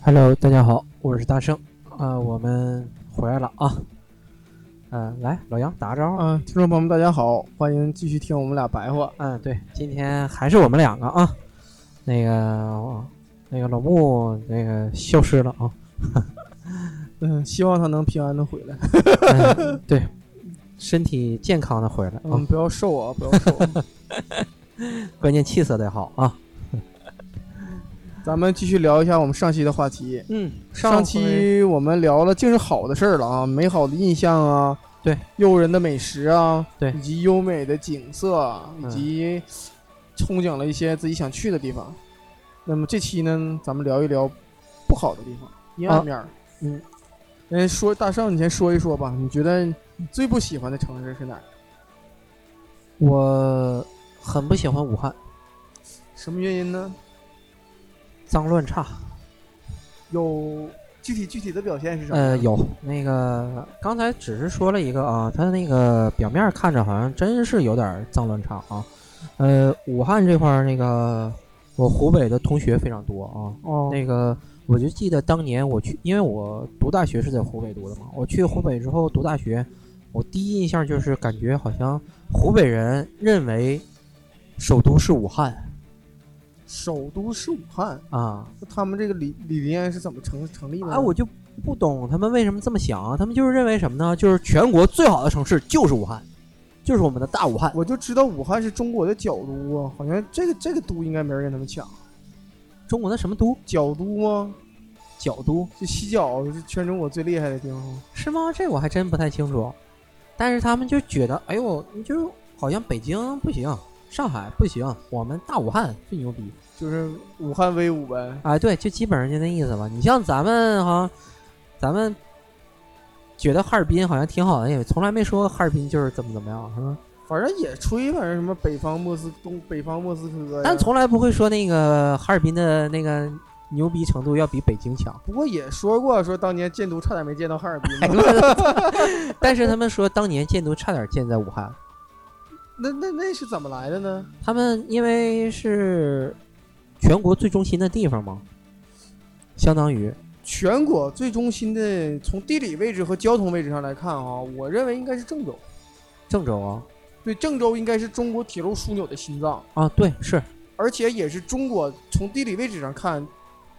Hello，大家好，我是大圣啊、我们回来了啊。呃，来，老杨打个招呼。啊，听众朋友们，大家好，欢迎继续听我们俩白话。嗯，对，今天还是我们两个啊。那个，那个老穆那个消失了 啊。嗯，希望他能平安的回来。嗯对，身体健康的回来啊，嗯，不要瘦啊，不要瘦。 关键气色得好啊。咱们继续聊一下我们上期的话题。嗯，上期我们聊了竟是好的事儿了啊，美好的印象啊，对，诱人的美食啊，对以及优美的景色啊，以嗯及憧憬了一些自己想去的地方。那么这期呢，咱们聊一聊不好的地方，阴啊暗面儿。嗯，哎，说大圣，你先说一说吧，你觉得你最不喜欢的城市是哪儿？我很不喜欢武汉，什么原因呢？脏乱差。有具体具体的表现是什么？呃，，有那个刚才只是说了一个啊，它那个表面看着好像真是有点儿脏乱差啊。呃，武汉这块儿那个我湖北的同学非常多啊。哦，那个我就记得当年我去，因为我读大学是在湖北读的嘛，我去湖北之后读大学，我第一印象就是感觉好像湖北人认为首都是武汉首都是武汉，啊。那他们这个理理念是怎么成成立的呢？哎，我就不懂他们为什么这么想啊？他们就是认为什么呢？就是全国最好的城市就是武汉，就是我们的大武汉。我就知道武汉是中国的角都啊，好像这个这个都应该没人跟他们抢，中国的什么都？角都吗？角都这西角是全中国最厉害的地方。是吗？这我还真不太清楚。但是他们就觉得，哎呦，你就好像北京不行，上海不行，我们大武汉最牛逼。就是武汉威武呗，啊，对，就基本上就那意思吧。你像咱们哈，咱们觉得哈尔滨好像挺好的，也从来没说哈尔滨就是怎么怎么样，是吧？反正也吹，反正什么北方莫斯东北方莫斯科呀，但从来不会说那个哈尔滨的那个牛逼程度要比北京强。不过也说过，说当年建都差点没建到哈尔滨哎嘛，呦我的 但是他们说当年建都差点建在武汉，那那那是怎么来的呢？他们因为是全国最中心的地方嘛，相当于全国最中心的，从地理位置和交通位置上来看啊，我认为应该是郑州。郑州啊对，郑州应该是中国铁路枢纽的心脏，啊，对，是而且也是中国从地理位置上看，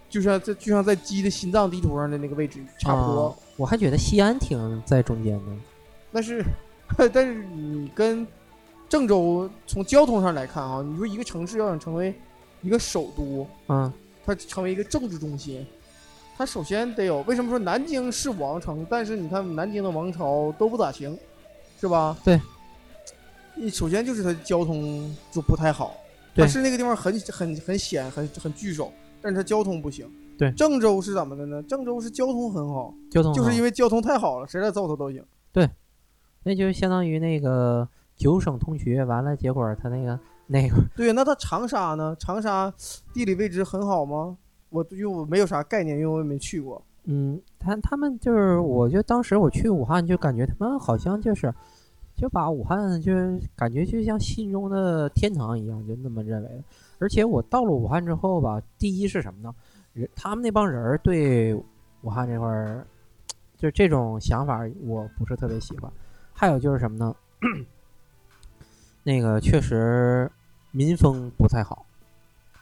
就像在就像在鸡的心脏地图上的那个位置差不多。啊我还觉得西安挺在中间的。但是，呃但是你跟郑州从交通上来看啊，你说一个城市要想成为一个首都，嗯它成为一个政治中心，它首先得有。为什么说南京是王城？但是你看南京的王朝都不咋行，是吧？对。你首先就是它交通就不太好，对它是那个地方很很很险，很很聚首，但是它交通不行。对郑州是怎么的呢？郑州是交通很好，交通就是好因为交通太好了，谁来造它都行。那就相当于那个九省通衢，完了结果他那个那个对，那它长沙呢？长沙地理位置很好吗？我因为我没有啥概念，因为我也没去过。嗯，他他们就是，我就当时我去武汉就感觉他们好像就是就把武汉就是感觉就像心中的天堂一样，就那么认为的。而且我到了武汉之后吧，第一是什么呢？人他们那帮人儿对武汉这块儿就是这种想法，我不是特别喜欢。还有就是什么呢？ 那个确实民风不太好。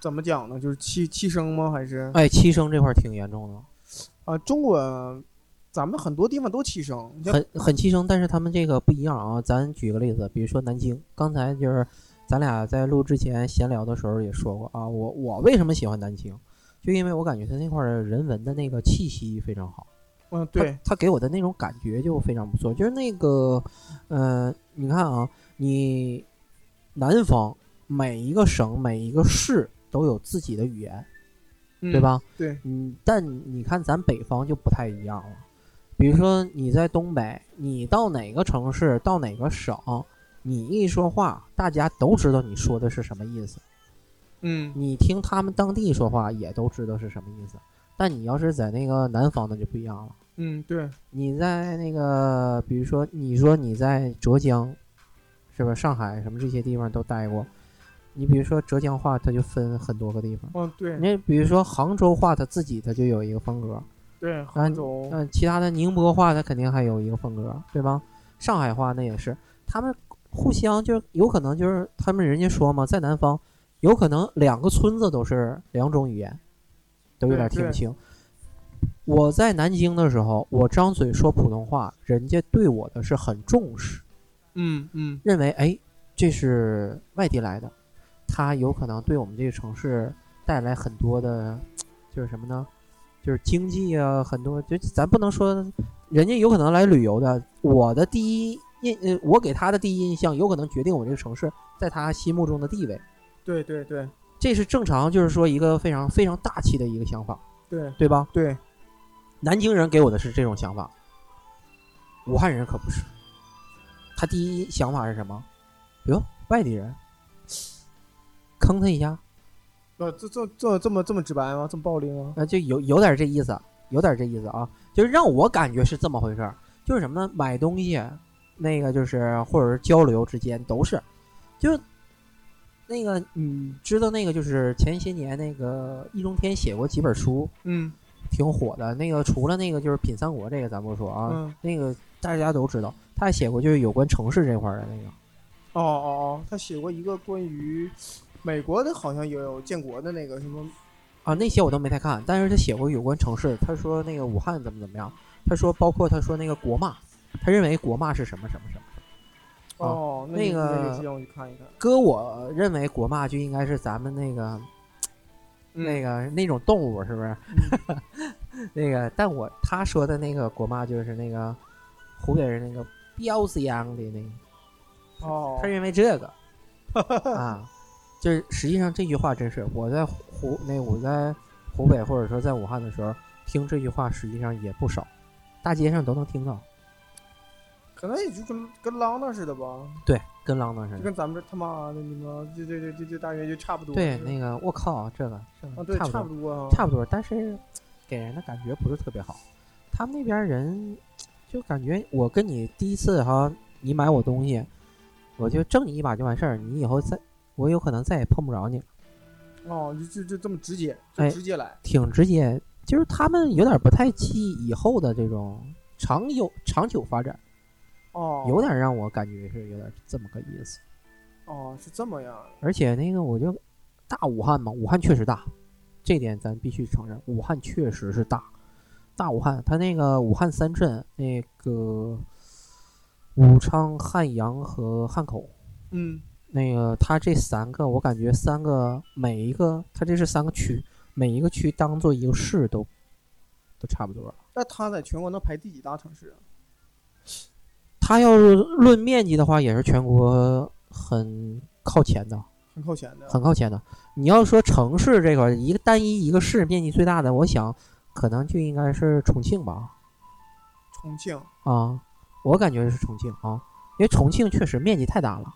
怎么讲呢？就是气气声吗？还是？哎，七声这块儿挺严重的，啊，中国咱们很多地方都齐声，你像很很七声，但是他们这个不一样啊。咱举个例子，比如说南京，刚才就是咱俩在录之前闲聊的时候也说过啊，我我为什么喜欢南京，就因为我感觉它那块儿人文的那个气息非常好，嗯，它对，，它给我的那种感觉就非常不错。就是那个，呃，你看啊，你南方每一个省每一个市都有自己的语言，对对？吧？对，嗯，但你看咱北方就不太一样了。比如说你在东北，你到哪个城市，到哪个省，你一说话，大家都知道你说的是什么意思。嗯，你听他们当地说话，也都知道是什么意思。但你要是在那个南方，那就不一样了。嗯，对，你在那个，比如说，你说你在浙江，是吧？上海什么这些地方都待过，你比如说浙江话，它就分很多个地方。嗯，对你比如说杭州话，它自己它就有一个风格，对，杭州，嗯，其他的宁波话它肯定还有一个风格，对吧？上海话那也是，他们互相就有可能就是他们人家说嘛，在南方有可能两个村子都是两种语言，都有点听不清。我在南京的时候，我张嘴说普通话，人家对我的是很重视，嗯嗯，认为哎这是外地来的，他有可能对我们这个城市带来很多的，就是什么呢？就是经济啊，很多就咱不能说人家有可能来旅游的，我的第一印，呃，我给他的第一印象有可能决定我这个城市在他心目中的地位，对对对这是正常，就是说一个非常非常大气的一个想法，对对吧？对，南京人给我的是这种想法，武汉人可不是。他第一想法是什么？哟，外地人，坑他一下，呃，这这这这么这么直白吗？这么暴力吗？呃，就有有点这意思，有点这意思啊，就是让我感觉是这么回事儿，就是什么呢？买东西，那个就是或者是交流之间都是，就是那个你知道那个就是前些年那个易中天写过几本书，嗯挺火的。那个除了那个就是品三国这个咱不说啊，嗯，那个大家都知道，他还写过就是有关城市这块儿的那个，哦哦哦，他写过一个关于美国的，好像也有建国的那个什么，啊，那些我都没太看，但是他写过有关城市，他说那个武汉怎么怎么样，他说包括他说那个国骂，他认为国骂是什么什么什么，啊哦，那个个那有时间我去看一看，搁我认为国骂就应该是咱们那个、那个个那种动物是不是？嗯那个，但我他说的那个国骂就是那个湖北人那个彪子样的那个，哦他，认为这 个啊，就是实际上这句话真是我在湖那我在湖北或者说在武汉的时候听这句话，实际上也不少，大街上都能听到。可能也就跟跟浪荡似的吧，对，跟浪荡似就的。跟咱们这他妈的你妈，这这这这这大约就差不多，对，是吧那个我靠，这个啊这对，个差多，不多啊，嗯差不多，但是给人的感觉不是特别好。他们那边人就感觉我跟你第一次哈，你买我东西，我就挣你一把就完事儿，你以后再我有可能再也碰不着你了，哦，就就就这么直接，哎就直接来，挺直接。就是他们有点不太记以后的这种长有长久发展，哦，有点让我感觉是有点这么个意思。哦，是这么样的，而且那个我就大武汉嘛，武汉确实大，这点咱必须承认，武汉确实是大。大武汉，它那个武汉三镇，那个武昌、汉阳和汉口，嗯，那个它这三个，我感觉三个每一个，它这是三个区，每一个区当做一个市都都差不多。那他在全国能排第几大城市啊？它要是论面积的话，也是全国很靠前的。很靠前的，很靠前的。你要说城市这块儿，一个单一一个市面积最大的，我想可能就应该是重庆吧。重庆，啊，我感觉是重庆啊，因为重庆确实面积太大了。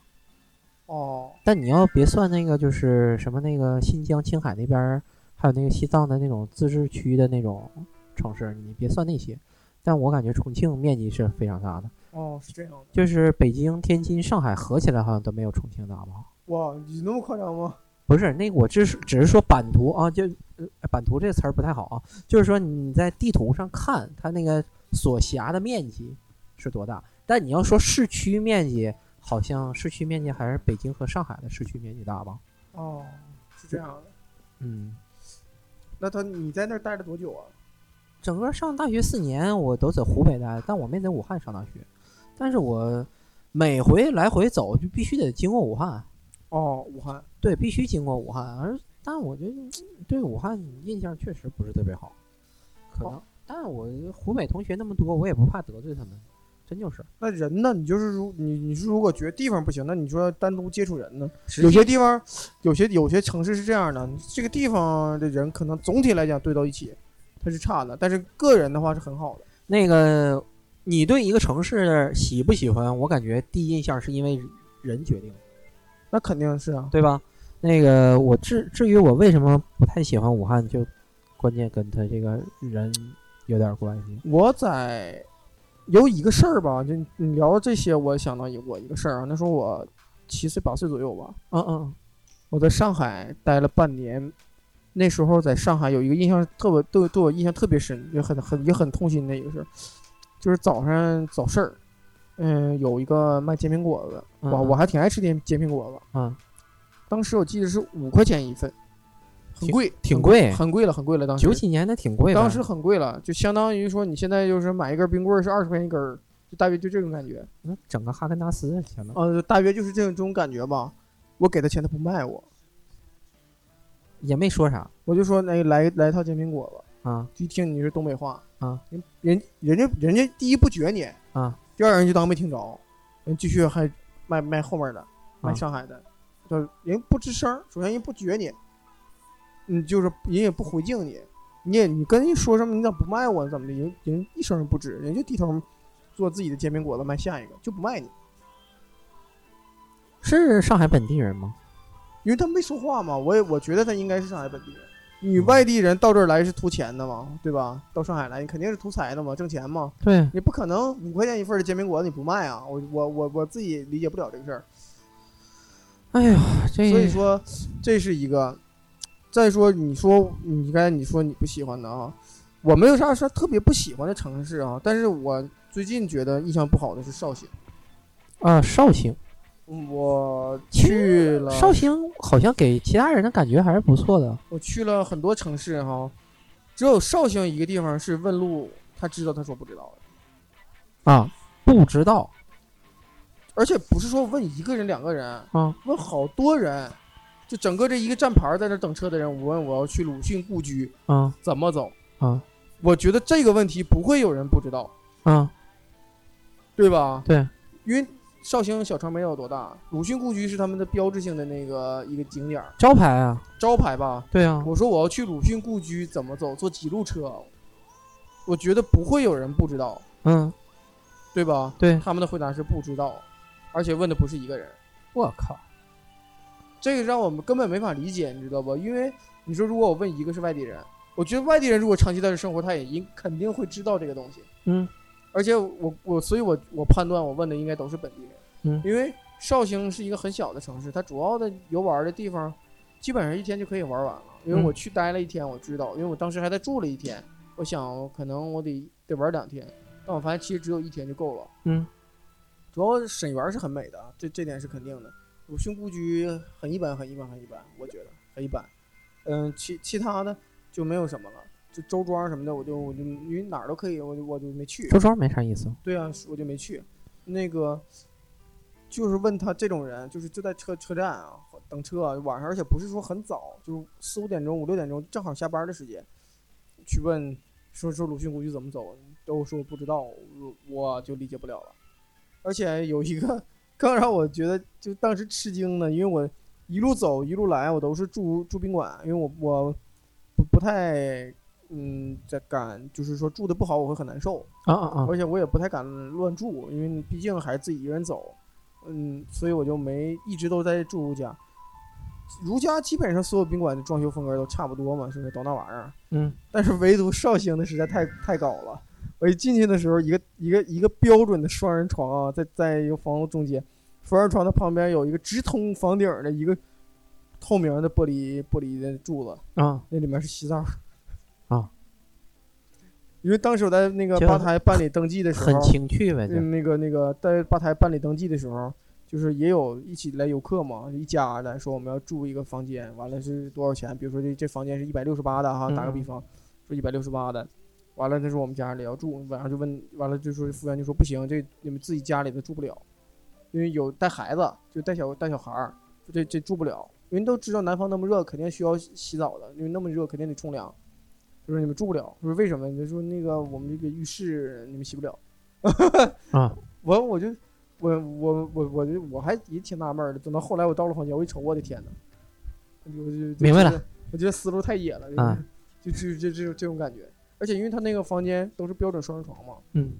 哦，但你要别算那个就是什么那个新疆、青海那边儿，还有那个西藏的那种自治区的那种城市，你别算那些。但我感觉重庆面积是非常大的，哦，是这样的，就是北京、天津、上海合起来好像都没有重庆大吧？哇，你那么夸张吗？不是，那我只是只是说版图啊，就、呃版图这词儿不太好啊，就是说你在地图上看它那个所辖的面积是多大，但你要说市区面积，好像市区面积还是北京和上海的市区面积大吧？哦，是这样的，嗯，那他你在那儿待了多久啊？整个上大学四年我都在湖北待，但我没在武汉上大学，但是我每回来回走就必须得经过武汉，哦，武汉，对，必须经过武汉，而但我觉得对武汉印象确实不是特别好，可能。但我湖北同学那么多，我也不怕得罪他们，真就是。那人呢？你就是如你你是如果觉得地方不行，那你说单独接触人呢？实有际些地方，有些有些城市是这样的，这个地方的人可能总体来讲对到一起，他是差的，但是个人的话是很好的。那个，你对一个城市喜不喜欢，我感觉第一印象是因为人决定的，那肯定是啊，对吧？那个，我至至于我为什么不太喜欢武汉，就关键跟他这个人有点关系。我在有一个事儿吧，就你聊这些，我想到一我一个事儿啊，那时候我七岁八岁左右吧，嗯嗯，我在上海待了半年，那时候在上海有一个印象特别对对我印象特别深，也很很也很痛心的一个事儿，就是早上早市儿，嗯，有一个卖煎饼果子，嗯我嗯我还挺爱吃煎煎饼果子，嗯，当时我记得是五块钱一份，很贵，挺很贵很贵了，很贵了，当时九几年的挺贵吧，当时很贵了，就相当于说你现在就是买一根冰棍儿是二十块钱一根儿，就大约就这种感觉，嗯整个哈根达斯相当呃，大约就是这种这种感觉吧。我给他钱，他不卖我，也没说啥我就说那来来一套煎饼果子，啊就一听你是东北话啊，人人人家人家第一不撅你啊，第二人就当没听着，人继续还卖卖后面的，卖啊上海的，就是人不吱声儿，首先人不撅你，你就是人也不回敬你，你也你跟人说什么你咋不卖我怎么的，人人一声儿不吱，人就低头做自己的煎饼果子卖下一个，就不卖你，是上海本地人吗？因为他没说话嘛，我也我觉得他应该是上海本地人。你嗯外地人到这儿来是图钱的嘛，对吧？到上海来，你肯定是图财的嘛，挣钱嘛。对，你不可能五块钱一份儿的煎饼果子你不卖啊！我我我我自己理解不了这个事儿，哎呀，这所以说这是一个。再说你说你刚才你说你不喜欢的啊，我没有啥说特别不喜欢的城市啊，但是我最近觉得印象不好的是绍兴，啊，绍兴，嗯我其去了绍兴好像给其他人的感觉还是不错的。我去了很多城市哈、只有绍兴一个地方是问路，他知道他说不知道的，啊，不知道而且不是说问一个人两个人，啊，问好多人，就整个这一个站牌儿在那等车的人，我问我要去鲁迅故居啊怎么走啊？我觉得这个问题不会有人不知道，啊，对吧？对，因为绍兴小城没有多大，鲁迅故居是他们的标志性的那个一个景点儿招牌啊，招牌吧。对啊，我说我要去鲁迅故居怎么走，坐几路车？我觉得不会有人不知道，嗯，对吧？对，他们的回答是不知道，而且问的不是一个人。我靠，这个让我们根本没法理解，你知道吧？因为你说如果我问一个是外地人，我觉得外地人如果长期在这生活，他也应肯定会知道这个东西。嗯，而且我我所以我我判断我问的应该都是本地人，嗯因为绍兴是一个很小的城市，它主要的游玩的地方基本上一天就可以玩完了。因为嗯我去待了一天，我知道，因为我当时还在住了一天，我想可能我得得玩两天，但我发现其实只有一天就够了。嗯，主要沈园是很美的，这这点是肯定的。鲁迅故居很一般，很一般，很一般，我觉得很一般。嗯，其其他的就没有什么了。就周庄什么的，我就我就因为哪儿都可以，我就我就没去。周庄没啥意思。对啊，我就没去。那个就是问他这种人，就是就在车车站啊等车啊、晚上而且不是说很早，就是四五点钟、五六点钟，正好下班的时间，去问说说鲁迅故居怎么走，都说不知道，我我就理解不了了。而且有一个更让我觉得就当时吃惊的，因为我一路走一路来，我都是住住宾馆，因为我我不不太嗯在敢就是说住的不好，我会很难受。啊啊啊！而且我也不太敢乱住，因为毕竟还是自己一个人走，嗯，所以我就没一直都在住如家。如家基本上所有宾馆的装修风格都差不多嘛，是不是都那玩意儿？嗯，但是唯独绍兴的实在太太高了。我一进去的时候，一个一个一个标准的双人床啊，在在一个房屋中间，双人床的旁边有一个直通房顶儿的一个透明的玻璃玻璃的柱子，啊，那里面是洗澡啊。 因为当时我在那个就吧台办理登记的时候，很情趣呗，这嗯，那个那个在吧台办理登记的时候，就是也有一起来游客嘛，一家来说我们要住一个房间，完了是多少钱？比如说这这房间是一百六十八的哈，打个比嗯方，说一百六十八的，完了他说我们家人也要住，晚上就问，完了就说服务员就说不行，这你们自己家里的住不了，因为有带孩子，就带小带小孩儿，这这住不了，因为都知道南方那么热，肯定需要洗洗澡的，因为那么热肯定得冲凉。他说你们住不了，我说为什么？他说那个我们这个浴室你们洗不了。 啊我我就我我我我就我还也挺纳闷儿的。等到后来我到了房间，我一瞅，我的天呐，我就我就明白了，就觉得我觉得思路太野了，啊就就就这这种感觉。而且因为他那个房间都是标准双人床嘛，嗯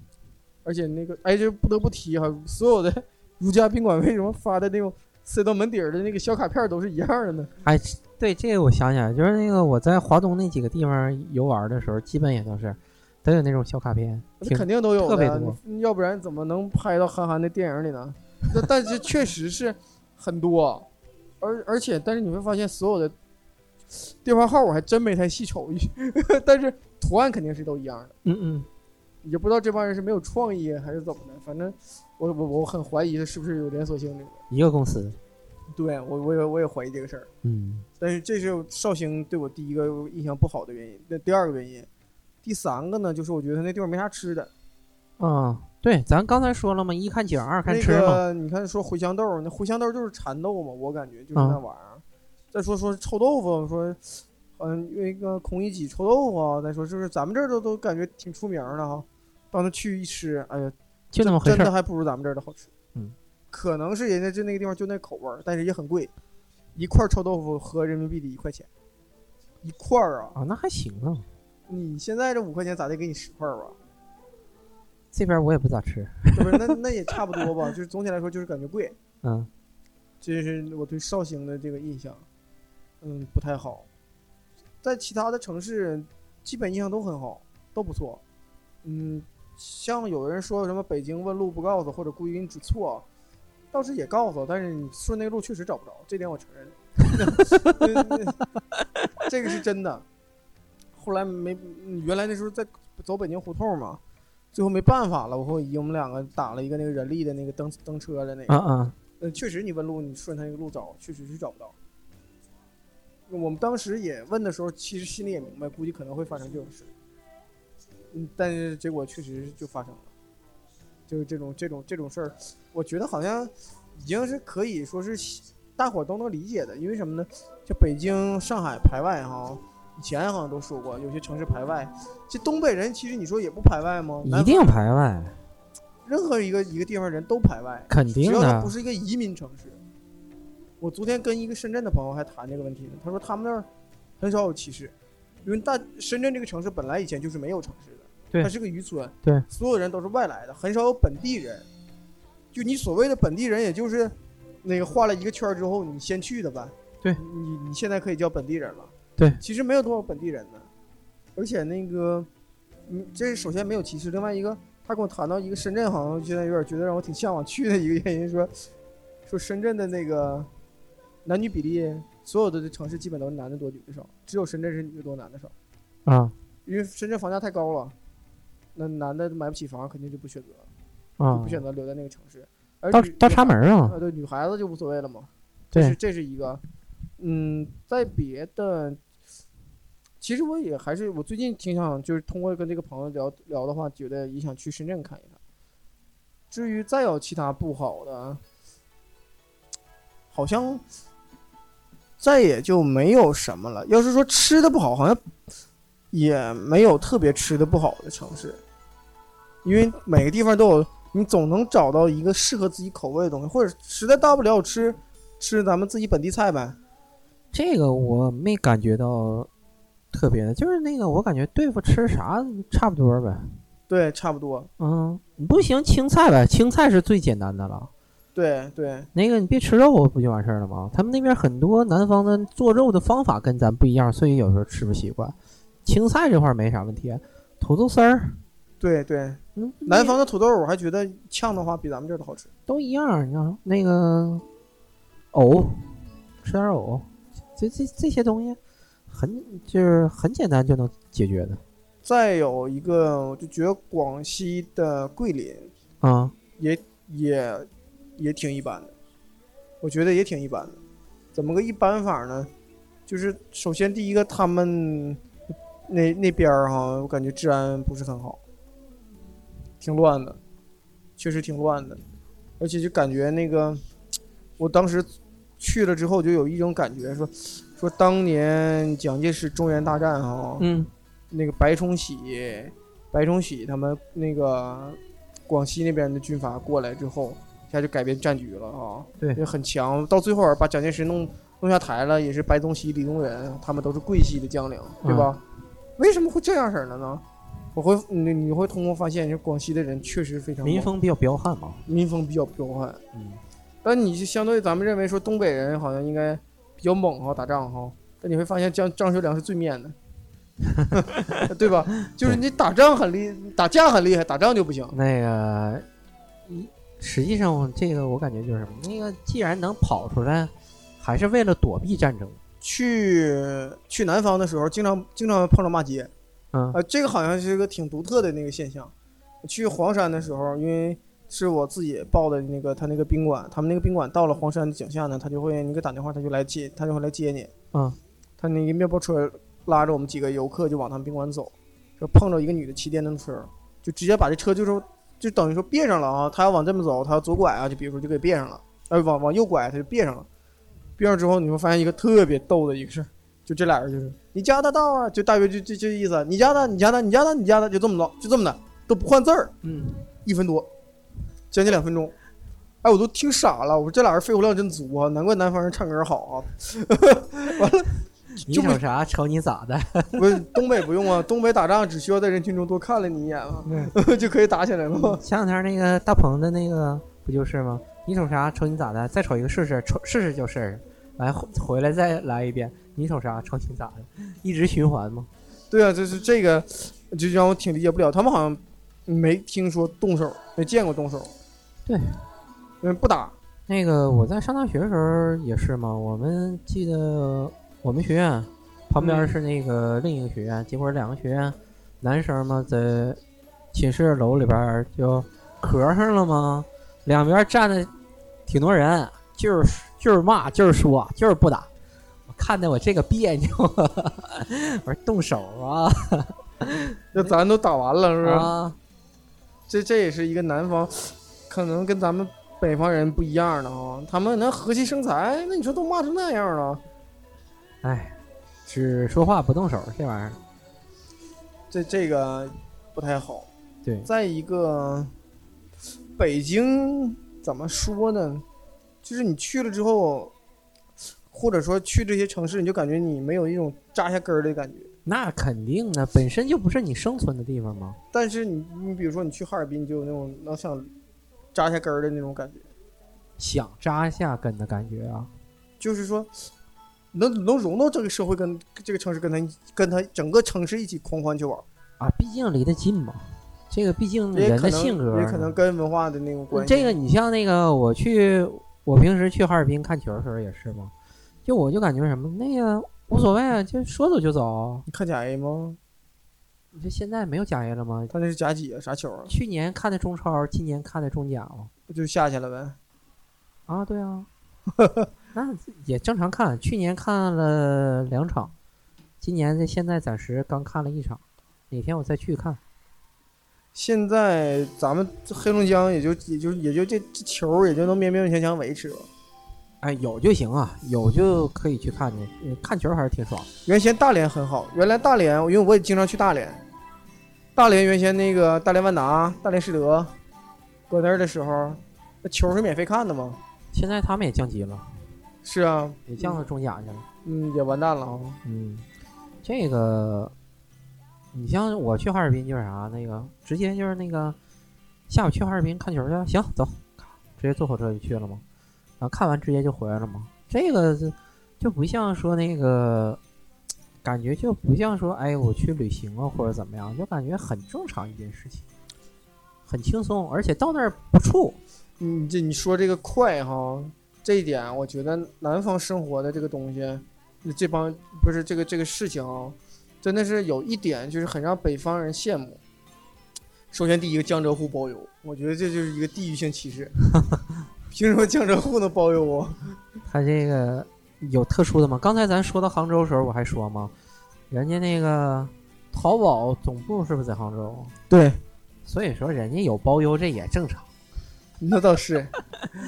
而且那个哎，就不得不提哈、所有的 如家宾馆为什么发的那种塞到门底儿的那个小卡片儿都是一样的呢？哎，对这个我想起来，就是那个我在华东那几个地方游玩的时候，基本也都是都有那种小卡片，那挺肯定都有特的别呀多，你要不然 怎么能拍到韩寒的电影里呢？但但是确实是很多，而而且，但是你会发现所有的电话号我还真没太细瞅一， 但是图案肯定是都一样的。嗯嗯，也不知道这帮人是没有创意还是怎么的，反正我我我很怀疑它是不是有连锁性这个。一个公司，对我我也我也怀疑这个事儿。嗯但是这是绍兴对我第一个印象不好的原因。那第二个原因，第三个呢，就是我觉得它那地方没啥吃的。啊，对，咱刚才说了嘛，一看景，二看那吃嘛，个你看说茴香豆儿，那茴香豆儿就是蚕豆嘛，我感觉就是啊那玩意儿。再说说臭豆腐，说嗯那个孔乙己臭豆腐啊，再说就是咱们这儿都都感觉挺出名儿的哈。到那去一吃，哎呀，就那么回真事的儿。还不如咱们这儿的好吃。嗯，可能是人家就那个地方就那口味儿，但是也很贵，一块儿臭豆腐合人民币得一块钱，一块儿啊！啊，那还行啊，你现在这五块钱咋得给你十块儿吧？啊这边我也不咋吃。是不是？那那也差不多吧，就是总体来说就是感觉贵。嗯，这是我对绍兴的这个印象，嗯，不太好。在其他的城市，基本印象都很好，都不错。嗯，像有的人说什么北京问路不告诉，或者故意给你指错，倒是也告诉，但是你顺那个路确实找不着，这点我承认。 这个是真的。后来没，嗯原来那时候在走北京胡同嘛，最后没办法了，我和我姨我们两个打了一个那个人力的那个蹬蹬车的那个啊，啊，呃，确实你问路，你顺他那个路找，确实是找不到。我们当时也问的时候，其实心里也明白，估计可能会发生这种事。嗯，但是结果确实就发生了，就是这种这种这种事儿，我觉得好像已经是可以说是大伙儿都能理解的，因为什么呢？就北京、上海排外哈，以前好像都说过，有些城市排外。这东北人其实你说也不排外吗？一南定方排外，任何一个一个地方人都排外，肯只定要它的不。是一个移民城市。我昨天跟一个深圳的朋友还谈这个问题呢，他说他们那儿很少有歧视，因为大深圳这个城市本来以前就是没有城市的，对它是个渔村，对，所有人都是外来的，很少有本地人。就你所谓的本地人，也就是那个画了一个圈儿之后你先去的吧，对你你现在可以叫本地人了，对，其实没有多少本地人呢，而且那个，嗯，这首先没有歧视，另外一个他跟我谈到一个深圳，好像现在有点觉得让我挺向往去的一个 原因，说说深圳的那个男女比例，所有的城市基本都是男的多女的少，只有深圳是女的多男的少，啊因为深圳房价太高了，那男的买不起房，肯定就不选择，就啊不，选择留在那个城市。而倒女倒女插门儿啊，啊，对，女孩子就无所谓了嘛。对这是这是一个，嗯，在别的，其实我也还是我最近挺想，就是通过跟这个朋友聊聊的话，觉得也想去深圳看一看。至于再有其他不好的，好像再也就没有什么了。要是说吃的不好，好像也没有特别吃的不好的城市，因为每个地方都有，你总能找到一个适合自己口味的东西，或者实在大不了吃吃咱们自己本地菜呗。这个我没感觉到特别的，就是那个我感觉对付吃啥差不多呗。对，差不多。嗯，不行青菜呗，青菜是最简单的了。对对，那个你别吃肉不就完事儿了吗？他们那边很多南方的做肉的方法跟咱不一样，所以有时候吃不习惯。青菜这块儿没啥问题，土豆丝儿，对对，嗯，南方的土豆我还觉得呛的话比咱们这儿的好吃。都一样。你知道那个藕，吃点藕，这这这些东西很就是很简单就能解决的再有一个，我就觉得广西的桂林啊。也也也挺一般的，我觉得也挺一般的。怎么个一般法呢？就是首先第一个，他们那那边儿哈，我感觉治安不是很好，挺乱的，确实挺乱的，而且就感觉那个，我当时去了之后就有一种感觉，说说当年蒋介石中原大战哈，嗯那个白崇禧，白崇禧他们那个广西那边的军阀过来之后，一下就改变战局了啊，对也很强。到最后把蒋介石弄弄下台了，也是白崇禧、李宗仁他们都是桂系的将领，对吧？嗯为什么会这样式儿的呢？我会你你会通过发现，这广西的人确实非常民风比较彪悍嘛。民风比较彪悍，嗯，但你就相对咱们认为说东北人好像应该比较猛哈，打仗哈，但你会发现张张学良是最面的，对吧？就是你打仗很厉，打架很厉害，打仗就不行。那个，一实际上这个我感觉就是什么？那个既然能跑出来，还是为了躲避战争？去去南方的时候，经常经常碰上骂街，嗯呃，这个好像是一个挺独特的那个现象。去黄山的时候，因为是我自己报的那个他那个宾馆，他们那个宾馆到了黄山的井下呢，他就会你给打电话，他就来接，他就会来接你。嗯，他那个面包车拉着我们几个游客就往他们宾馆走，就碰着一个女的骑电动车，就直接把这车就是就等于说别上了啊，他要往这么走，他要左拐啊，就比如说就给别上了，呃，往往右拐他就别上了。别上之后，你会发现一个特别逗的一个事儿，就这俩人就是你加他道啊，就大约就就这意思，你加他，你加他，你加他，你加他，就这么着，就这么的，都不换字儿，嗯，一分多，将近两分钟。哎，我都听傻了，我说这俩人肺活量真足啊，难怪南方人唱歌好啊。你就不瞅啥？瞅你咋的？不是东北不用啊，东北打仗只需要在人群中多看了你一眼嘛， 就可以打起来了嘛。 前两天那个大鹏的那个不就是吗？你瞅啥？瞅你咋的？再瞅一个试试，瞅试试就是儿。完回回来再来一遍，你瞅啥？瞅你咋的？一直循环吗？对啊，就是这个，就让我挺理解不了，他们好像没听说动手，没见过动手。对，因为不打，那嗯个我在上大学的时候也是嘛，我们记得我们学院旁边嗯是那个另一个学院，结果两个学院男生嘛在寝室楼里边儿就咳上了嘛，两边站着挺多人，就是就是骂，就是说，就是不打，我看得我这个别扭， 我说动手啊那咱都打完了，是不是？啊！这这也是一个南方，可能跟咱们北方人不一样的啊。他们能和气生财，那你说都骂成那样了，哎，只说话不动手这玩意儿，这这个不太好。对，再一个，北京怎么说呢？就是你去了之后，或者说去这些城市，你就感觉你没有一种扎下根儿的感觉。那肯定的，本身就不是你生存的地方嘛。但是你你比如说你去哈尔滨，你就有那种能想扎下根儿的那种感觉，想扎下根的感觉啊。就是说能能融到这个社会跟这个城市跟他跟他整个城市一起狂欢去玩儿，啊，毕竟离得近嘛，这个毕竟嗯也人可的能性格啊也可能跟文化的那种关系。这个你像那个我去，我平时去哈尔滨看球的时候也是嘛，就我就感觉什么那个无所谓啊，就说走就走。你看甲 A 吗？你这现在没有甲 A 了吗？他那是甲几啊？啥球啊？去年看的中超，今年看的中甲哦。就下去了呗。啊，对 啊，那也正常看。去年看了两场，今年这现在暂时刚看了一场，哪天我再去看。现在咱们这黑龙江也就也就也就这这球也就能勉勉强强维持了。哎，有就行啊，有就可以去看去，呃看球还是挺爽。原先大连很好，原来大连，因为我也经常去大连。大连原先那个大连万达、大连士德，搁那儿的时候，那球是免费看的嘛？现在他们也降级了，是啊，也降到中甲去了。嗯，也完蛋了啊。嗯，这个，你像我去哈尔滨就是啥，那个直接就是那个下午去哈尔滨看球去，行，走，直接坐火车就去了嘛。然后看完直接就回来了嘛。这个就就不像说那个，感觉就不像说哎我去旅行啊或者怎么样，就感觉很正常一件事情，很轻松，而且到那儿不怵。嗯，这你说这个快哈，这一点我觉得南方生活的这个东西，这帮不是这个这个事情啊，真的是有一点就是很让北方人羡慕。首先第一个江浙沪包邮，我觉得这就是一个地域性歧 视。凭什么江浙沪能包邮啊？他这个有特殊的吗？刚才咱说到杭州的时候，我还说嘛，人家那个淘宝总部是不是在杭州？对，所以说人家有包邮，这也正常。 那倒是。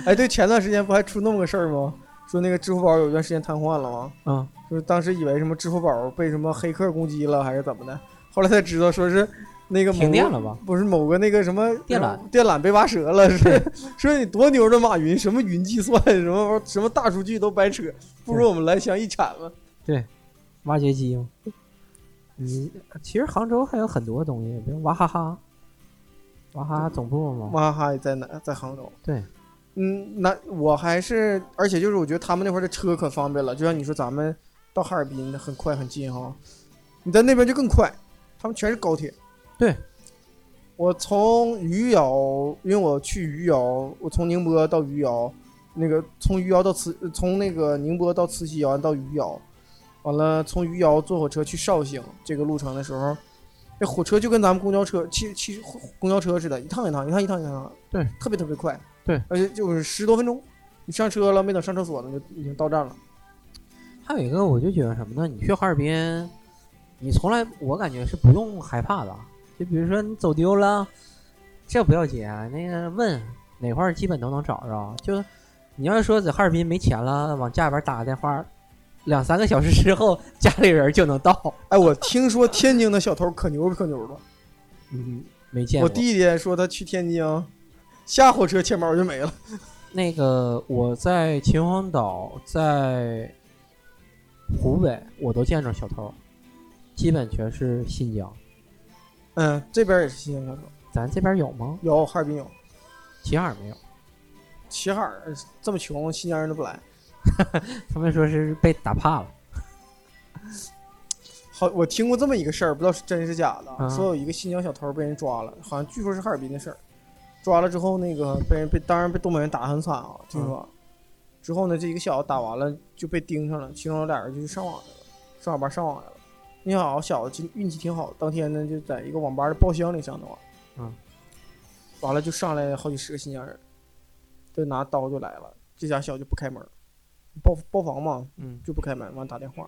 哎，对，前段时间不还出那么个事儿吗？说那个支付宝有一段时间瘫痪了吗？嗯，就是当时以为什么支付宝被什么黑客攻击了还是怎么的，后来才知道说是那个某停个电了吧？不是某个那个什么电缆，电缆被挖折了， 是说你多牛的马云，什么云计算，什么什么大数据都白扯，不如我们蓝翔一铲吧。挖掘机吗？你其实杭州还有很多东西，比如娃哈哈，娃哈哈总部嘛。娃哈哈也在哪？在杭州。对，嗯，那我还是，而且就是我觉得他们那块儿的车可方便了，就像你说咱们到哈尔滨很快很近哈，你在那边就更快，他们全是高铁。对，我从余姚，因为我去余姚，我从宁波到余姚，那个从余姚到慈，从那个宁波到慈溪完到余姚，完了从余姚坐火车去绍兴这个路程的时候，那火车就跟咱们公交车其其实公交车似的，一趟一趟，一趟一趟一趟，对，特别特别快，对，而且就是十多分钟，你上车了没等上厕所呢，就已经到站了。还有一个，我就觉得什么呢？你去哈尔滨，你从来我感觉是不用害怕的。就比如说你走丢了，这不要紧，啊那个问哪块儿基本都能找着。就你要是说在哈尔滨没钱了，往家里边打个电话，两三个小时之后家里人就能到。 哎，我听说天津的小偷可牛可牛了。嗯，没 见我过。弟弟说他去天津，下火车钱包就没了。那个我在秦皇岛，在湖北，我都见着小偷，基本全是新疆。嗯，这边也是新疆小偷，咱这边有吗？有哈尔滨有，齐哈尔没有。齐哈尔这么穷，新疆人都不来。他们说是被打怕了。好，我听过这么一个事儿，不知道是真是假的，啊说有一个新疆小偷被人抓了，好像据说是哈尔滨的事儿。抓了之后，那个被人被当然被东北人打得很惨啊，听说。嗯之后呢，这一个小子打完了就被盯上了，其中有俩人就去上网去了，上网吧上网去了。那好小子运气挺好，当天呢就在一个网吧的包厢里上的网。嗯。完了就上来好几十个新疆人，就拿刀就来了，这家小子就不开门，包包房嘛，嗯就不开门，完打电话，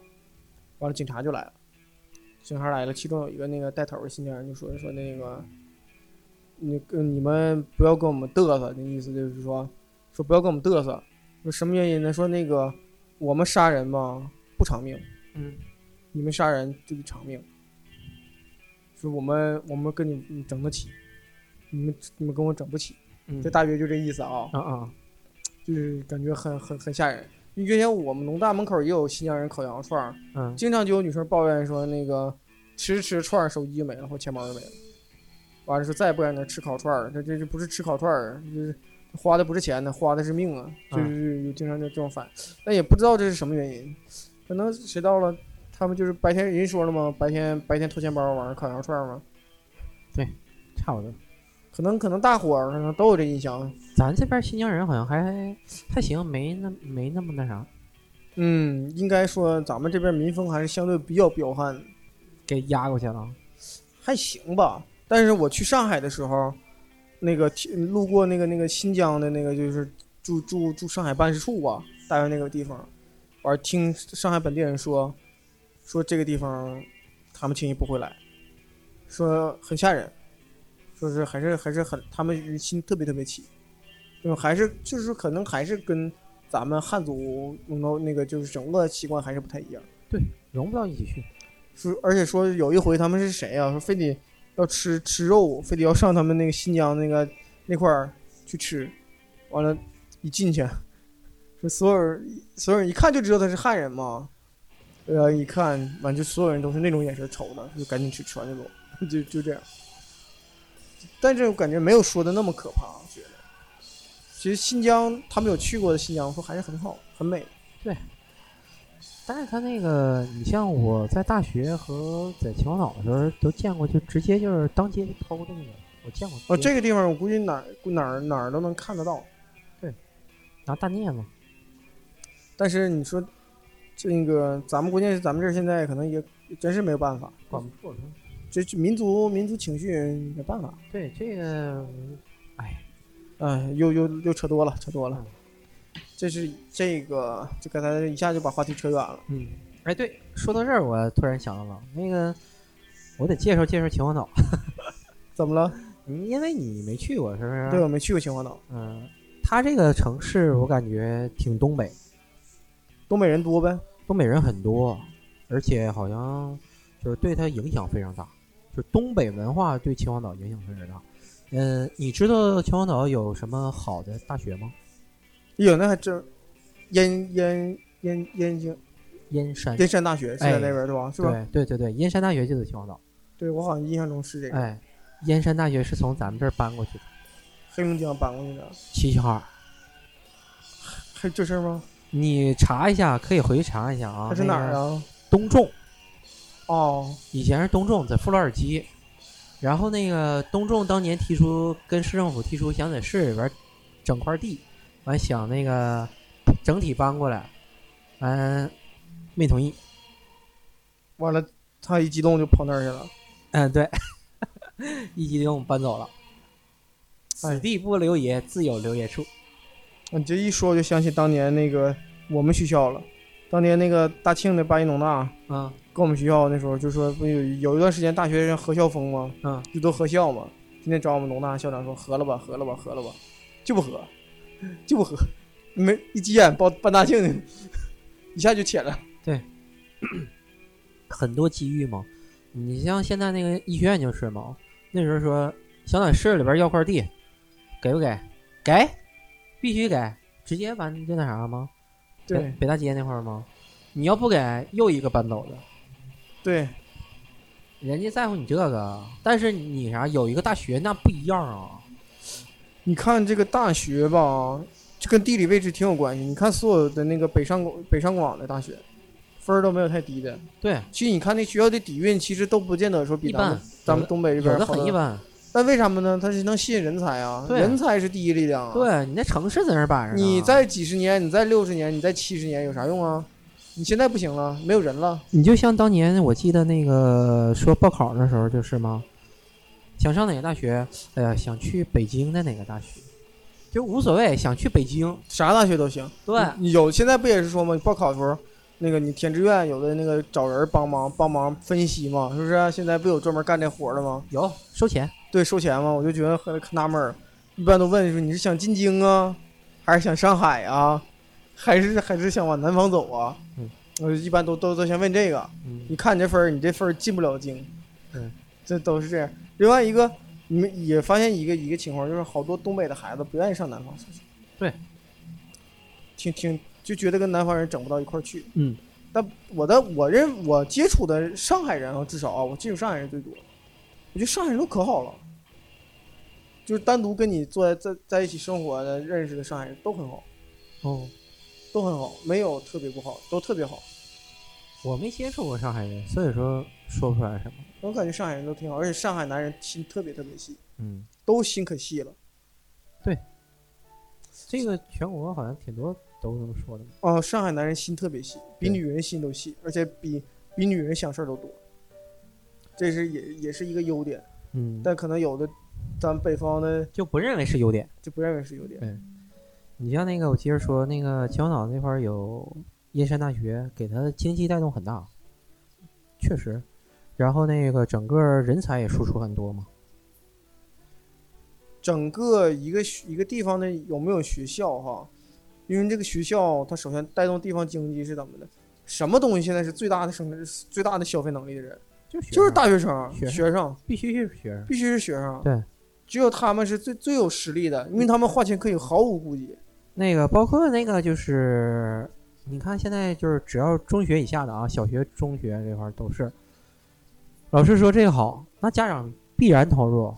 完了警察就来了，警察来了，其中有一个那个带头的新疆人就说说那个，那个你们不要跟我们嘚瑟，那意思就是说说不要跟我们嘚瑟，说什么原因呢？说那个我们杀人吧不偿命，嗯，你们杀人就得偿命，说我们我们跟你你整得起，你们你们跟我整不起，嗯这大约就这意思啊。啊啊，就是感觉很很很吓人。因为原先我们农大门口也有新疆人烤羊肉串儿，嗯，经常就有女生抱怨说，那个吃着吃着串儿，手机就没了或钱包就没了。完了说再也不敢在那吃烤串儿，这这这不是吃烤串儿，就是花的不是钱呢，花的是命啊！就是有经常就这种反，但也不知道这是什么原因，可能谁到了，他们就是白天人说了嘛，白天白天偷钱包，晚上烤羊肉串儿嘛，差不多。可能可能大伙儿可能都有这印象，咱这边新疆人好像还还行，没那没那么那啥，嗯，应该说咱们这边民风还是相对比较彪悍的。给压过去了。还行吧。但是我去上海的时候，那个提路过那个那个新疆的那个就是住住住上海办事处吧，大约那个地方，完听上海本地人说，说这个地方他们轻易不会来，说很吓人，说是还是还是很他们人心特别特别齐，就是还是就是可能还是跟咱们汉族农奴那个就是整个习惯还是不太一样。融不到一起去。说，而且说有一回他们是谁啊？说非得要吃吃肉，非得要上他们那个新疆那个那块儿去吃，完了，一进去，说所有人所有人一看就知道他是汉人嘛，呃，一看完就所有人都是那种眼神瞅着，就赶紧去吃完就走，就就这样。但是我感觉没有说的那么可怕，我觉得。其实新疆他们有去过的新疆，说还是很好，很美。但是他那个，你像我在大学和在秦皇岛的时候都见过，就直接就是当街就偷的那种，我见过。哦，这个地方我估计哪儿哪儿哪儿都能看得到。拿大镊子，但是你说这个，咱们关键是咱们这儿现在可能也真是没有办法，管不住。这这民族民族情绪没办法。对这个，哎，哎，又又又扯多了，扯多了嗯。这是这个，就刚才一下就把话题扯远了。嗯，哎，对，说到这儿，我突然想到了那个，我得介绍介绍秦皇岛，怎么了？嗯因为你没去过，是不是？对，我没去过秦皇岛，嗯，它这个城市我感觉挺东北，东北人多呗。东北人很多，而且好像就是对它影响非常大，就是东北文化对秦皇岛影响非常大。嗯，你知道秦皇岛有什么好的大学吗？哎呦，那还真，燕燕燕燕京燕山，燕山大学是在哎那边对吧？是吧？对对对对，燕山大学就在秦皇岛。对，我好像印象中是这个，哎，燕山大学是从咱们这儿搬过去的，黑龙江搬过去的。齐齐哈尔。还有这事儿吗？你查一下，可以回去查一下啊。它是哪儿那个？啊？东众，哦，以前是东众，在富罗尔基。然后那个东众当年提出跟市政府提出想在市里边整块地，完想那个整体搬过来，完没同意。完了，他一激动就跑那儿去了。嗯，对， 一激动搬走了。哎此地不留爷，自有留爷处。你这一说，我就想起当年那个我们学校了，当年那个大庆的八一农大嗯跟我们学校那时候就说不有有一段时间大学生合校风吗？嗯，就都合校嘛。今天找我们农大校长说合了吧，合了吧，合了吧，就不合，就不合，没一急眼报办大庆去，一下就浅了。很多机遇嘛。你像现在那个医学院就是嘛，那时候说想在市里边要块地，给不给？给，必须给，直接完就那啥吗？北对北大街那块儿吗？你要不给，又一个搬走的。对，人家在乎你这个，但是你啥有一个大学那不一样啊。你看这个大学吧，这跟地理位置挺有关系。你看所有的那个北上广、北上广的大学，分儿都没有太低的。对，其实你看那学校的底蕴，其实都不见得说比一咱们般咱们东北这有边的好啊很一。般。但为什么呢？它是能吸引人才啊，对人才是第一力量啊。，对你那城市在那儿摆着呢，你在几十年，你在六十年，你在七十年有啥用啊？你现在不行了，没有人了。你就像当年我记得那个说报考那时候就是吗？想上哪个大学？哎呀，想去北京的哪个大学，就无所谓，想去北京。啥大学都行。对，你你有现在不也是说吗？你报考的时候，那个你填志愿，有的那个找人帮忙帮忙分析嘛，是不是啊、现在不有专门干这活儿的吗？有收钱，对，收钱嘛，我就觉得很可纳闷儿。一般都问说你是想进京啊，还是想上海啊，还是还是想往南方走啊？嗯，我一般都都都先问这个。嗯你看你这分儿，你这分儿进不了京。对，这都是这样。另外一个，你们也发现一个一个情况，就是好多东北的孩子不愿意上南方上学。对，挺挺就觉得跟南方人整不到一块儿去。嗯，但我的我认我接触的上海人啊，至少啊，我接触上海人最多。我觉得上海人都可好了，就是单独跟你坐在在在一起生活的认识的上海人都很好，哦，都很好，没有特别不好，都特别好。我没接触过上海人，所以说说不出来什么。我感觉上海人都挺好，而且上海男人心特别特别细，嗯，都心可细了。这个全国好像挺多都这么说的嘛。哦、上海男人心特别细，比对女人心都细，而且比比女人想事儿都多，这是也也是一个优点。嗯，但可能有的咱北方的就不认为是优点。就不认为是优点。你像那个，我接着说，那个秦皇岛那块儿有燕山大学，给它的经济带动很大，确实。然后那个整个人才也输出很多嘛，整个一个学一个地方的有没有学校哈？因为这个学校它首先带动地方经济是怎么的？什么东西现在是最大的生最大的消费能力的人？就就是学生大学生、学生学生，必须是学生，必须是学生。对，只有他们是最最有实力的，因为他们花钱可以毫无顾忌。那个包括那个就是，你看现在就是只要中学以下的啊，小学、中学这块儿都是，老师说这个好，那家长必然投入，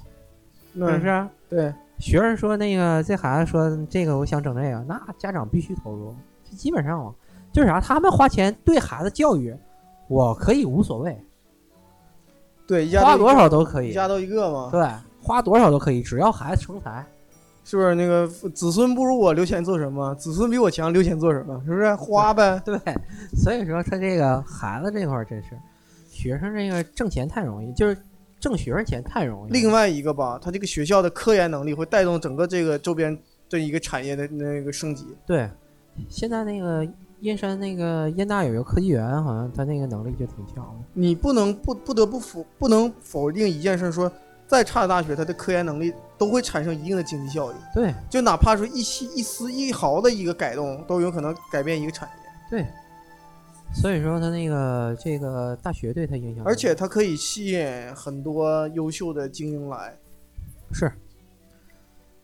是那不是啊？对，学生说那个这孩子说这个我想整这个，那家长必须投入，这基本上啊，就是啥，他们花钱对孩子教育，我可以无所谓，对，一家花都一多少都可一以，家都一个嘛，对，花多少都可以，只要孩子成才，是不是？那个子孙不如我，留钱做什么？子孙比我强，留钱做什么？是不是花呗？对，所以说他这个孩子这块儿真是，学生这个挣钱太容易，就是挣学生钱太容易了，另外一个吧，他这个学校的科研能力会带动整个这个周边的一个产业的那个升级。对，现在那个燕山那个燕大有一个科技园，好像他那个能力就挺强的，你不能不不得不否不能否定一件事说，再差的大学，它的科研能力都会产生一定的经济效益。对。就哪怕说一丝一丝一毫的一个改动，都有可能改变一个产业，所以说他那个这个大学对他影响很大，而且它可以吸引很多优秀的精英来。是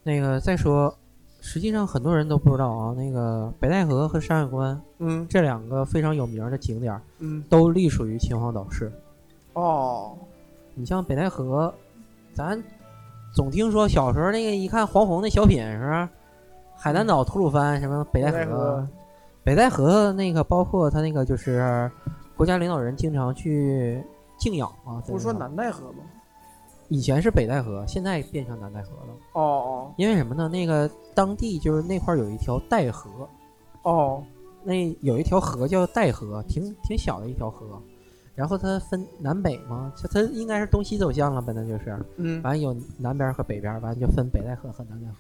那个再说，实际上很多人都不知道啊，那个北戴河和山海关嗯这两个非常有名的景点儿嗯都隶属于秦皇岛市。哦，你像北戴河，咱总听说小时候那个一看黄宏那小品是吧？海南岛、吐鲁番什么北戴北戴河河，啊北戴河那个包括他那个就是国家领导人经常去敬仰啊。在不是说那块儿南戴河吗？以前是北戴河，现在变成南戴河了。哦因为什么呢？那个当地就是那块儿有一条戴河，哦哦那有一条河叫戴河，挺挺小的一条河。然后它分南北嘛，它它应该是东西走向了，本来就是。嗯完有南边儿和北边儿，完就分北戴河和南戴河。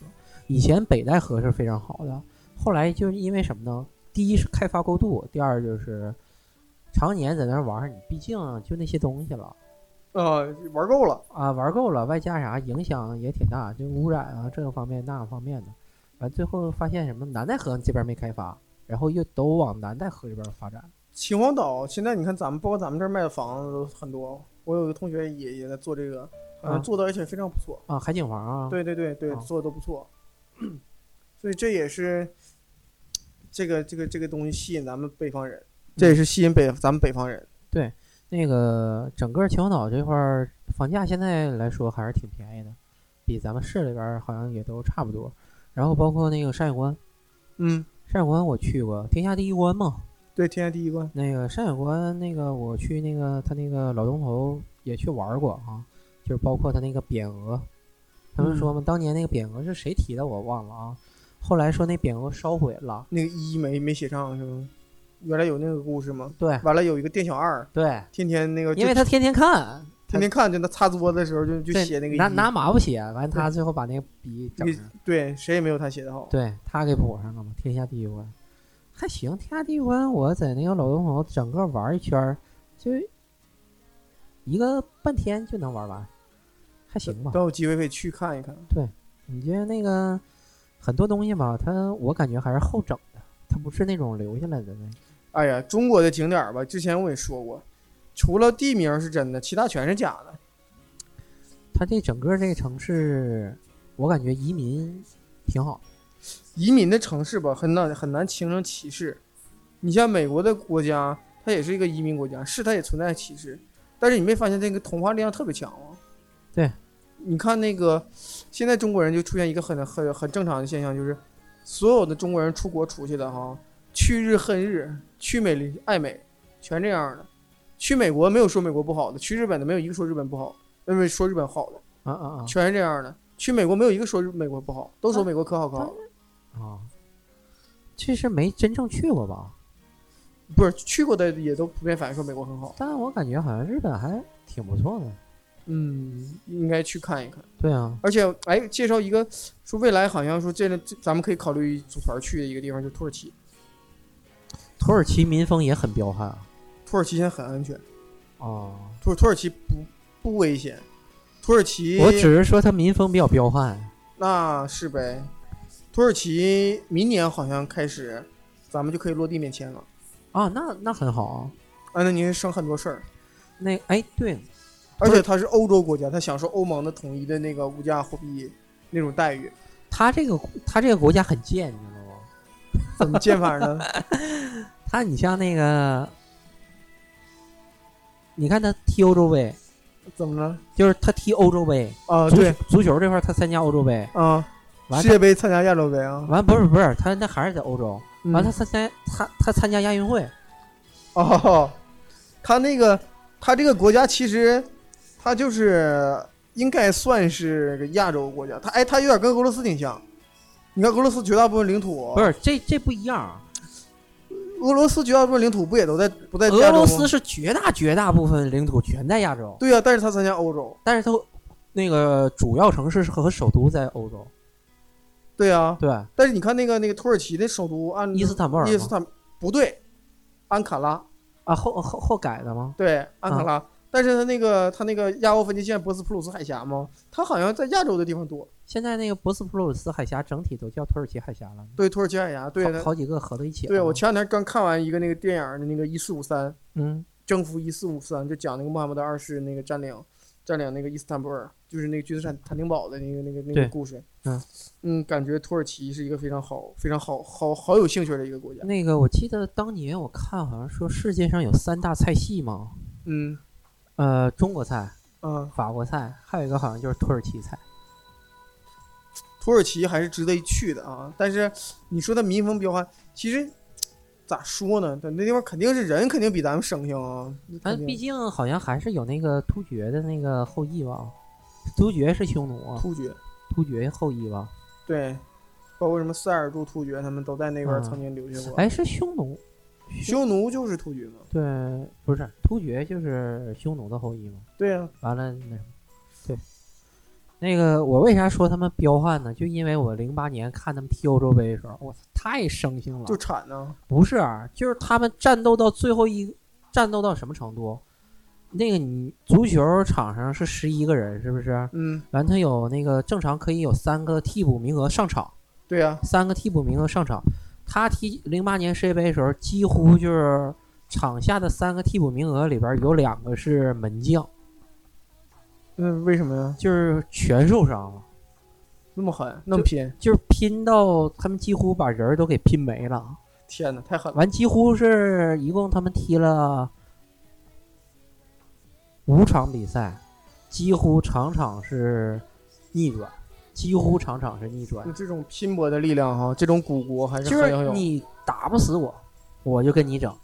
以前北戴河是非常好的，后来就是因为什么呢？第一是开发过度，第二就是常年在那儿玩儿，你毕竟就那些东西了呃玩够了，啊，玩够了，外加啥影响也挺大，就污染啊这个方面那个方面的。完最后发现什么？南戴河这边儿没开发，然后又都往南戴河这边儿发展。秦皇岛现在你看咱们包括咱们这儿卖的房子都很多，我有一个同学也也在做这个，嗯、啊做的而且非常不错，啊，海景房啊，对对对对，啊做的都不错， 所以这也是这个这个这个东西吸引咱们北方人，这也是吸引北咱们北方人，那个整个秦皇岛这块儿房价现在来说还是挺便宜的，比咱们市里边儿好像也都差不多。然后包括那个山海关，嗯，山海关我去过，天下第一关嘛。对，天下第一关，那个山海关那个我去那个他那个老东头也去玩过啊，就是包括他那个匾额，他们嗯说嘛，当年那个匾额是谁提的我忘了啊，后来说那匾额烧毁了，那个一没没写上是吗？原来有那个故事吗？对完了有一个店小二，对，天天那个就因为他天天看，天天看就那擦桌子的时候就就对写那个拿一拿抹布写，完他最后把那个笔整那上。对谁也没有他写的好，对他给补上了嘛，天下第一关还行，天下第一关我在那个老东头整个玩一圈儿，就一个半天就能玩完，还行吧。等有机会可以去看一看。你觉得那个很多东西吧，它我感觉还是后整的，它不是那种留下来的那。哎呀，中国的景点儿吧，之前我也说过，除了地名是真的，其他全是假的。它这整个这个城市，我感觉移民挺好。移民的城市吧，很难很难形成歧视。你像美国的国家，它也是一个移民国家，是它也存在歧视，但是你没发现这个同化力量特别强吗？对，你看那个现在中国人就出现一个很很很正常的现象，就是所有的中国人出国出去的哈，去日恨日，去美离爱美，全这样的。去美国没有说美国不好的，去日本的没有一个说日本不好，呃，不是说日本好啊的，啊全是这样的。去美国没有一个说日美国不好，都说美国可好可好。啊啊！这是没真正去过吧？不是去过的也都普遍反映说美国很好，但我感觉好像日本还挺不错的。嗯，应该去看一看。对啊，而且，哎，介绍一个说未来好像说这这咱们可以考虑组团去的一个地方就是土耳其，土耳其民风也很彪悍啊。土耳其现在很安全，哦，土土耳其不不危险，土耳其我只是说他民风比较彪悍。那是呗，土耳其明年好像开始咱们就可以落地免签了，啊，那那很好啊。啊，那您省很多事儿，那哎，对，而且它是欧洲国家，它享受欧盟的统一的那个物价货币那种待遇，他这个他这个国家很贱，你知道吗？怎么建法呢？他你像那个，你看他踢欧洲杯， 怎么了？就是他踢欧洲杯，啊，足对球，足球这块儿他参加欧洲杯，啊。完世界杯参加亚洲杯啊，完不是不是，他那还是在欧洲，完他嗯参加他他参加亚运会，哦，他那个他这个国家其实他就是应该算是个亚洲国家，他哎他有点跟俄罗斯挺像，你看俄罗斯绝大部分领土不，是这这不一样。俄罗斯绝大部分领土不也都在不在啊俄亚洲罗吗斯是绝大绝大部分领土全在亚洲，对呀、啊但是他参加欧洲，但是它那个主要城市是和首都在欧洲，对呀、对，但是你看那个那个土耳其的首都按伊斯坦布尔嗯伊斯吗？坦不对，安卡拉啊，后后后改的吗？对安卡拉，啊但是他那个他那个亚欧分界线博斯普鲁斯海峡嘛，他好像在亚洲的地方多，现在那个博斯普鲁斯海峡整体都叫土耳其海峡了，对土耳其海峡，对好他好几个合到一起了。对，我前两天刚看完一个那个电影儿的那个一四五三嗯征服一四五三，就讲那个穆罕默德二世那个占领占领那个伊斯坦布尔，就是那个君士坦坦丁堡的那个那个那对个故事。嗯嗯感觉土耳其是一个非常好非常好好好有兴趣的一个国家。那个我记得当年我看好像说世界上有三大菜系嘛，嗯呃，中国菜、啊，法国菜，还有一个好像就是土耳其菜。土耳其还是值得一去的啊。但是你说它民风彪悍，其实咋说呢？它那地方肯定是人肯定比咱们省性啊。那但肯毕定竟好像还是有那个突厥的那个后裔吧，突厥是匈奴啊，突厥，突厥后裔吧？对，包括什么塞尔柱突厥，他们都在那边啊曾经留学过。哎，是匈奴，匈奴就是突厥嘛？对，不是突厥就是匈奴的后裔嘛？对啊，完了那什么，对，那个我为啥说他们彪悍呢？就因为我零八年看他们踢欧洲杯的时候，我操，太生性了，就铲呢。不是啊，就是他们战斗到最后一，战斗到什么程度？那个你足球场上是十一个人，是不是？嗯，完，他有那个正常可以有三个替补名额上场，对啊，三个替补名额上场。他踢零八年世界杯的时候，几乎就是场下的三个替补名额里边有两个是门将，那为什么呀？就是全受伤了，那么狠，那么就拼？就是拼到他们几乎把人儿都给拼没了。天哪，太狠了！完，几乎是一共他们踢了五场比赛，几乎场场是逆转，几乎场场是逆转那。这种拼搏的力量哈，这种古国还是就嗯很有是用。你打不死我，我就跟你整。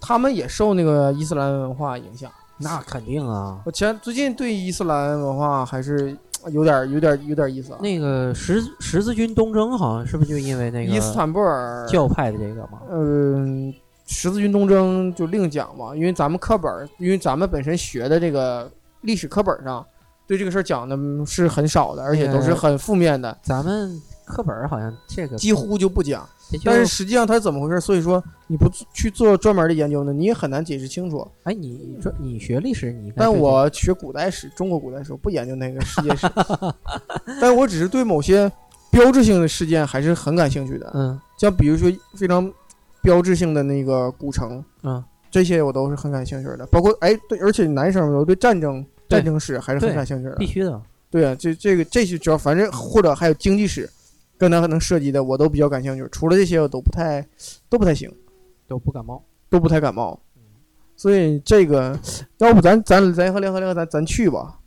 他们也受那个伊斯兰文化影响。那肯定啊，我前最近对伊斯兰文化还是呃有点、有点、有点意思啊。那个十字十字军东征好像是不是就因为那伊斯个坦布尔教派的这个嘛？嗯，十字军东征就另讲嘛，因为咱们课本儿，因为咱们本身学的这个历史课本儿上，对这个事儿讲的嗯是很少的，而且都是很负面的，咱们课本儿好像这个几乎就不讲。也就但是实际上它是怎么回事？所以说你不做去做专门的研究呢，你也很难解释清楚。哎，你说你学历史，你应该但对这我学古代史，中国古代史，我不研究那个世 界史，但我只是对某些标志性的事件还是很感兴趣的。嗯像比如说非常标志性的那个古城，嗯，这些我都是很感兴趣的。包括哎，对，而且男生们我对战争、对战争史还是很对感兴趣的必。须的，对啊，这这个这些主要反正或者还有经济史，跟他能涉及的我都比较感兴趣。除了这些，我都不太都不太行，都不感冒。都不太感冒。所以这个，要不咱咱咱和联合联合咱咱去吧。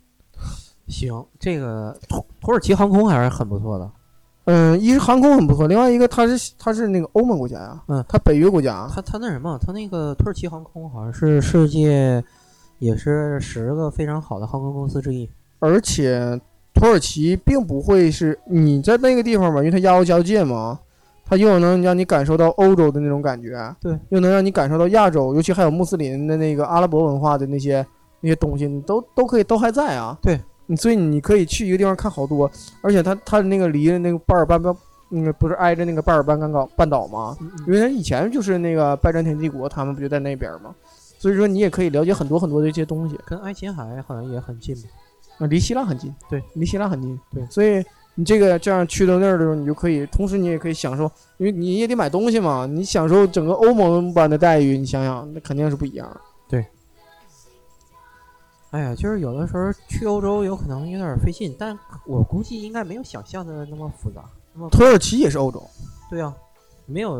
行，这个哦土土耳其航空还是很不错的，嗯，一是航空很不错，另外一个它是它是那个欧盟国家呀、嗯它北约国家啊，它它那什么，它那个土耳其航空好像是世界也是十个非常好的航空公司之一。而且土耳其并不会是你在那个地方嘛，因为它亚欧交界嘛，它又能让你感受到欧洲的那种感觉，对，又能让你感受到亚洲，尤其还有穆斯林的那个阿拉伯文化的那些那些东西，你都都可以都还在啊。对你，所以你可以去一个地方看好多，而且它它那个离那个巴尔班半，那个不是挨着那个巴尔班半岛半岛吗？因为它以前就是那个拜占庭帝国，他们不就在那边吗？所以说你也可以了解很多很多的一些东西。跟爱琴海好像也很近吧？啊，离希腊很近，对，离希腊很近，对所以你这个这样去到那儿的时候，你就可以，同时你也可以享受，因为你也得买东西嘛，你享受整个欧盟般的待遇，你想想，那肯定是不一样。哎呀，就是有的时候去欧洲有可能有点费劲，但我估计应该没有想象的那么复杂。那么土耳其也是欧洲，对啊，没有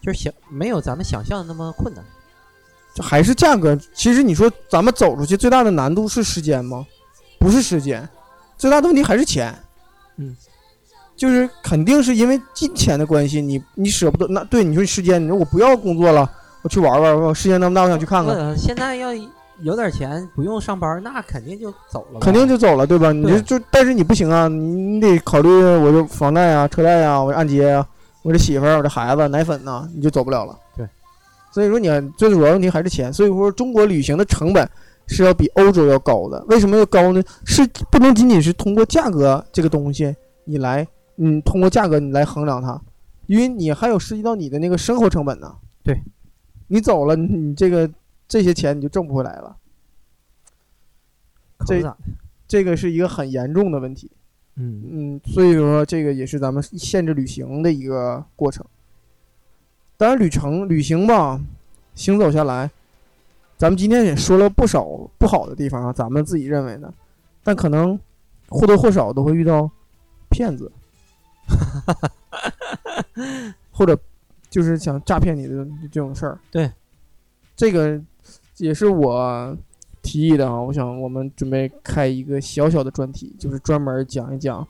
就是想没有咱们想象的那么困难。这还是价格。其实你说咱们走出去最大的难度是时间吗？不是时间，最大的问题还是钱。嗯，就是肯定是因为金钱的关系，你你舍不得。那对你说时间，你说我不要工作了，我去玩玩，我时间那么大，我想去看看。呃现在要有点钱不用上班，那肯定就走了吧。肯定就走了，对吧？你对就就，但是你不行啊，你你得考虑我这房贷啊、车贷啊、我这按揭啊、我这媳妇儿、我这孩子、啊奶粉呐、你就走不了了。对，所以说你最主要问题还是钱。所以说中国旅行的成本是要比欧洲要高的。为什么要高呢？是不能仅仅是通过价格这个东西你来，嗯，通过价格你来衡量它，因为你还有涉及到你的那个生活成本呢。对，你走了，你这个这些钱你就挣不回来了。口这子啊这个是一个很严重的问题。嗯，嗯，所以说这个也是咱们限制旅行的一个过程。当然，旅程旅行吧，行走下来，咱们今天也说了不少不好的地方啊，咱们自己认为的，但可能或多或少都会遇到骗子， 或者就是想诈骗你的这种事儿。对，这个也是我提议的啊，我想我们准备开一个小小的专题，就是专门讲一讲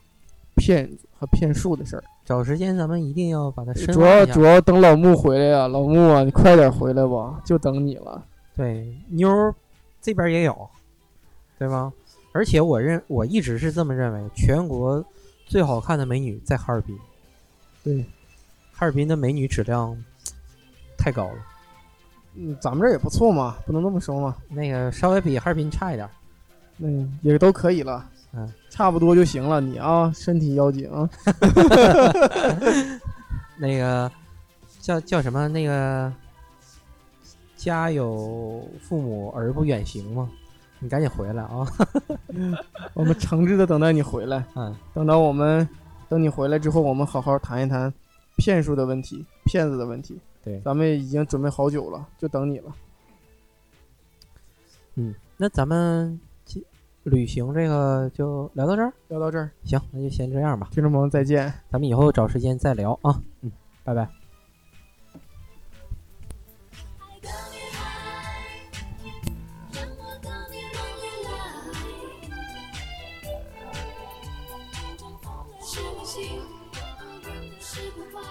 骗子和骗术的事儿。找时间咱们一定要把它深主挖要一下呃主要等老穆回来呀、老穆啊，你快点回来吧，就等你了。对，妞儿这边也有，对吧？而且我认我一直是这么认为，全国最好看的美女在哈尔滨，对，哈尔滨的美女质量太高了，嗯，咱们这儿也不错嘛，不能那么说嘛，那个稍微比哈尔滨差一点儿。嗯，也都可以了，嗯，差不多就行了。你啊，身体要紧啊，那个叫叫什么？那个家有父母儿不远行嘛，你赶紧回来啊！ 我们诚挚的等待你回来。嗯，等到我们等你回来之后，我们好好谈一谈骗术的问题、骗子的问题。对咱们已经准备好久了，就等你了。那咱们这旅行这个就聊到这儿，聊到这儿，行，那就先这样吧，听众朋友再见。咱们以后找时间再聊啊。嗯，拜拜。爱更厉害，让我更迷人依赖。征服了是个心，玩的是个坏，